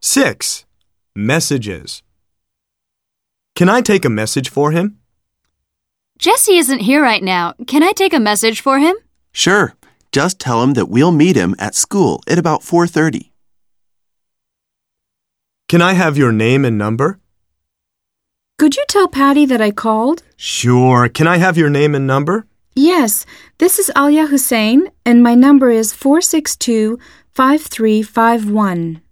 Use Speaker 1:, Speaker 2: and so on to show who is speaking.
Speaker 1: 6. Messages. Can I take a message for him?
Speaker 2: Jesse isn't here right now. Can I take a message for him?
Speaker 3: Sure. Just tell him that we'll meet him at school at about 4:30.
Speaker 1: Can I have your name and number?
Speaker 4: Could you tell Patty that I called?
Speaker 1: Sure. Can I have your name and number?
Speaker 4: Yes, this is Alia Hussein, and my number is 462 5351.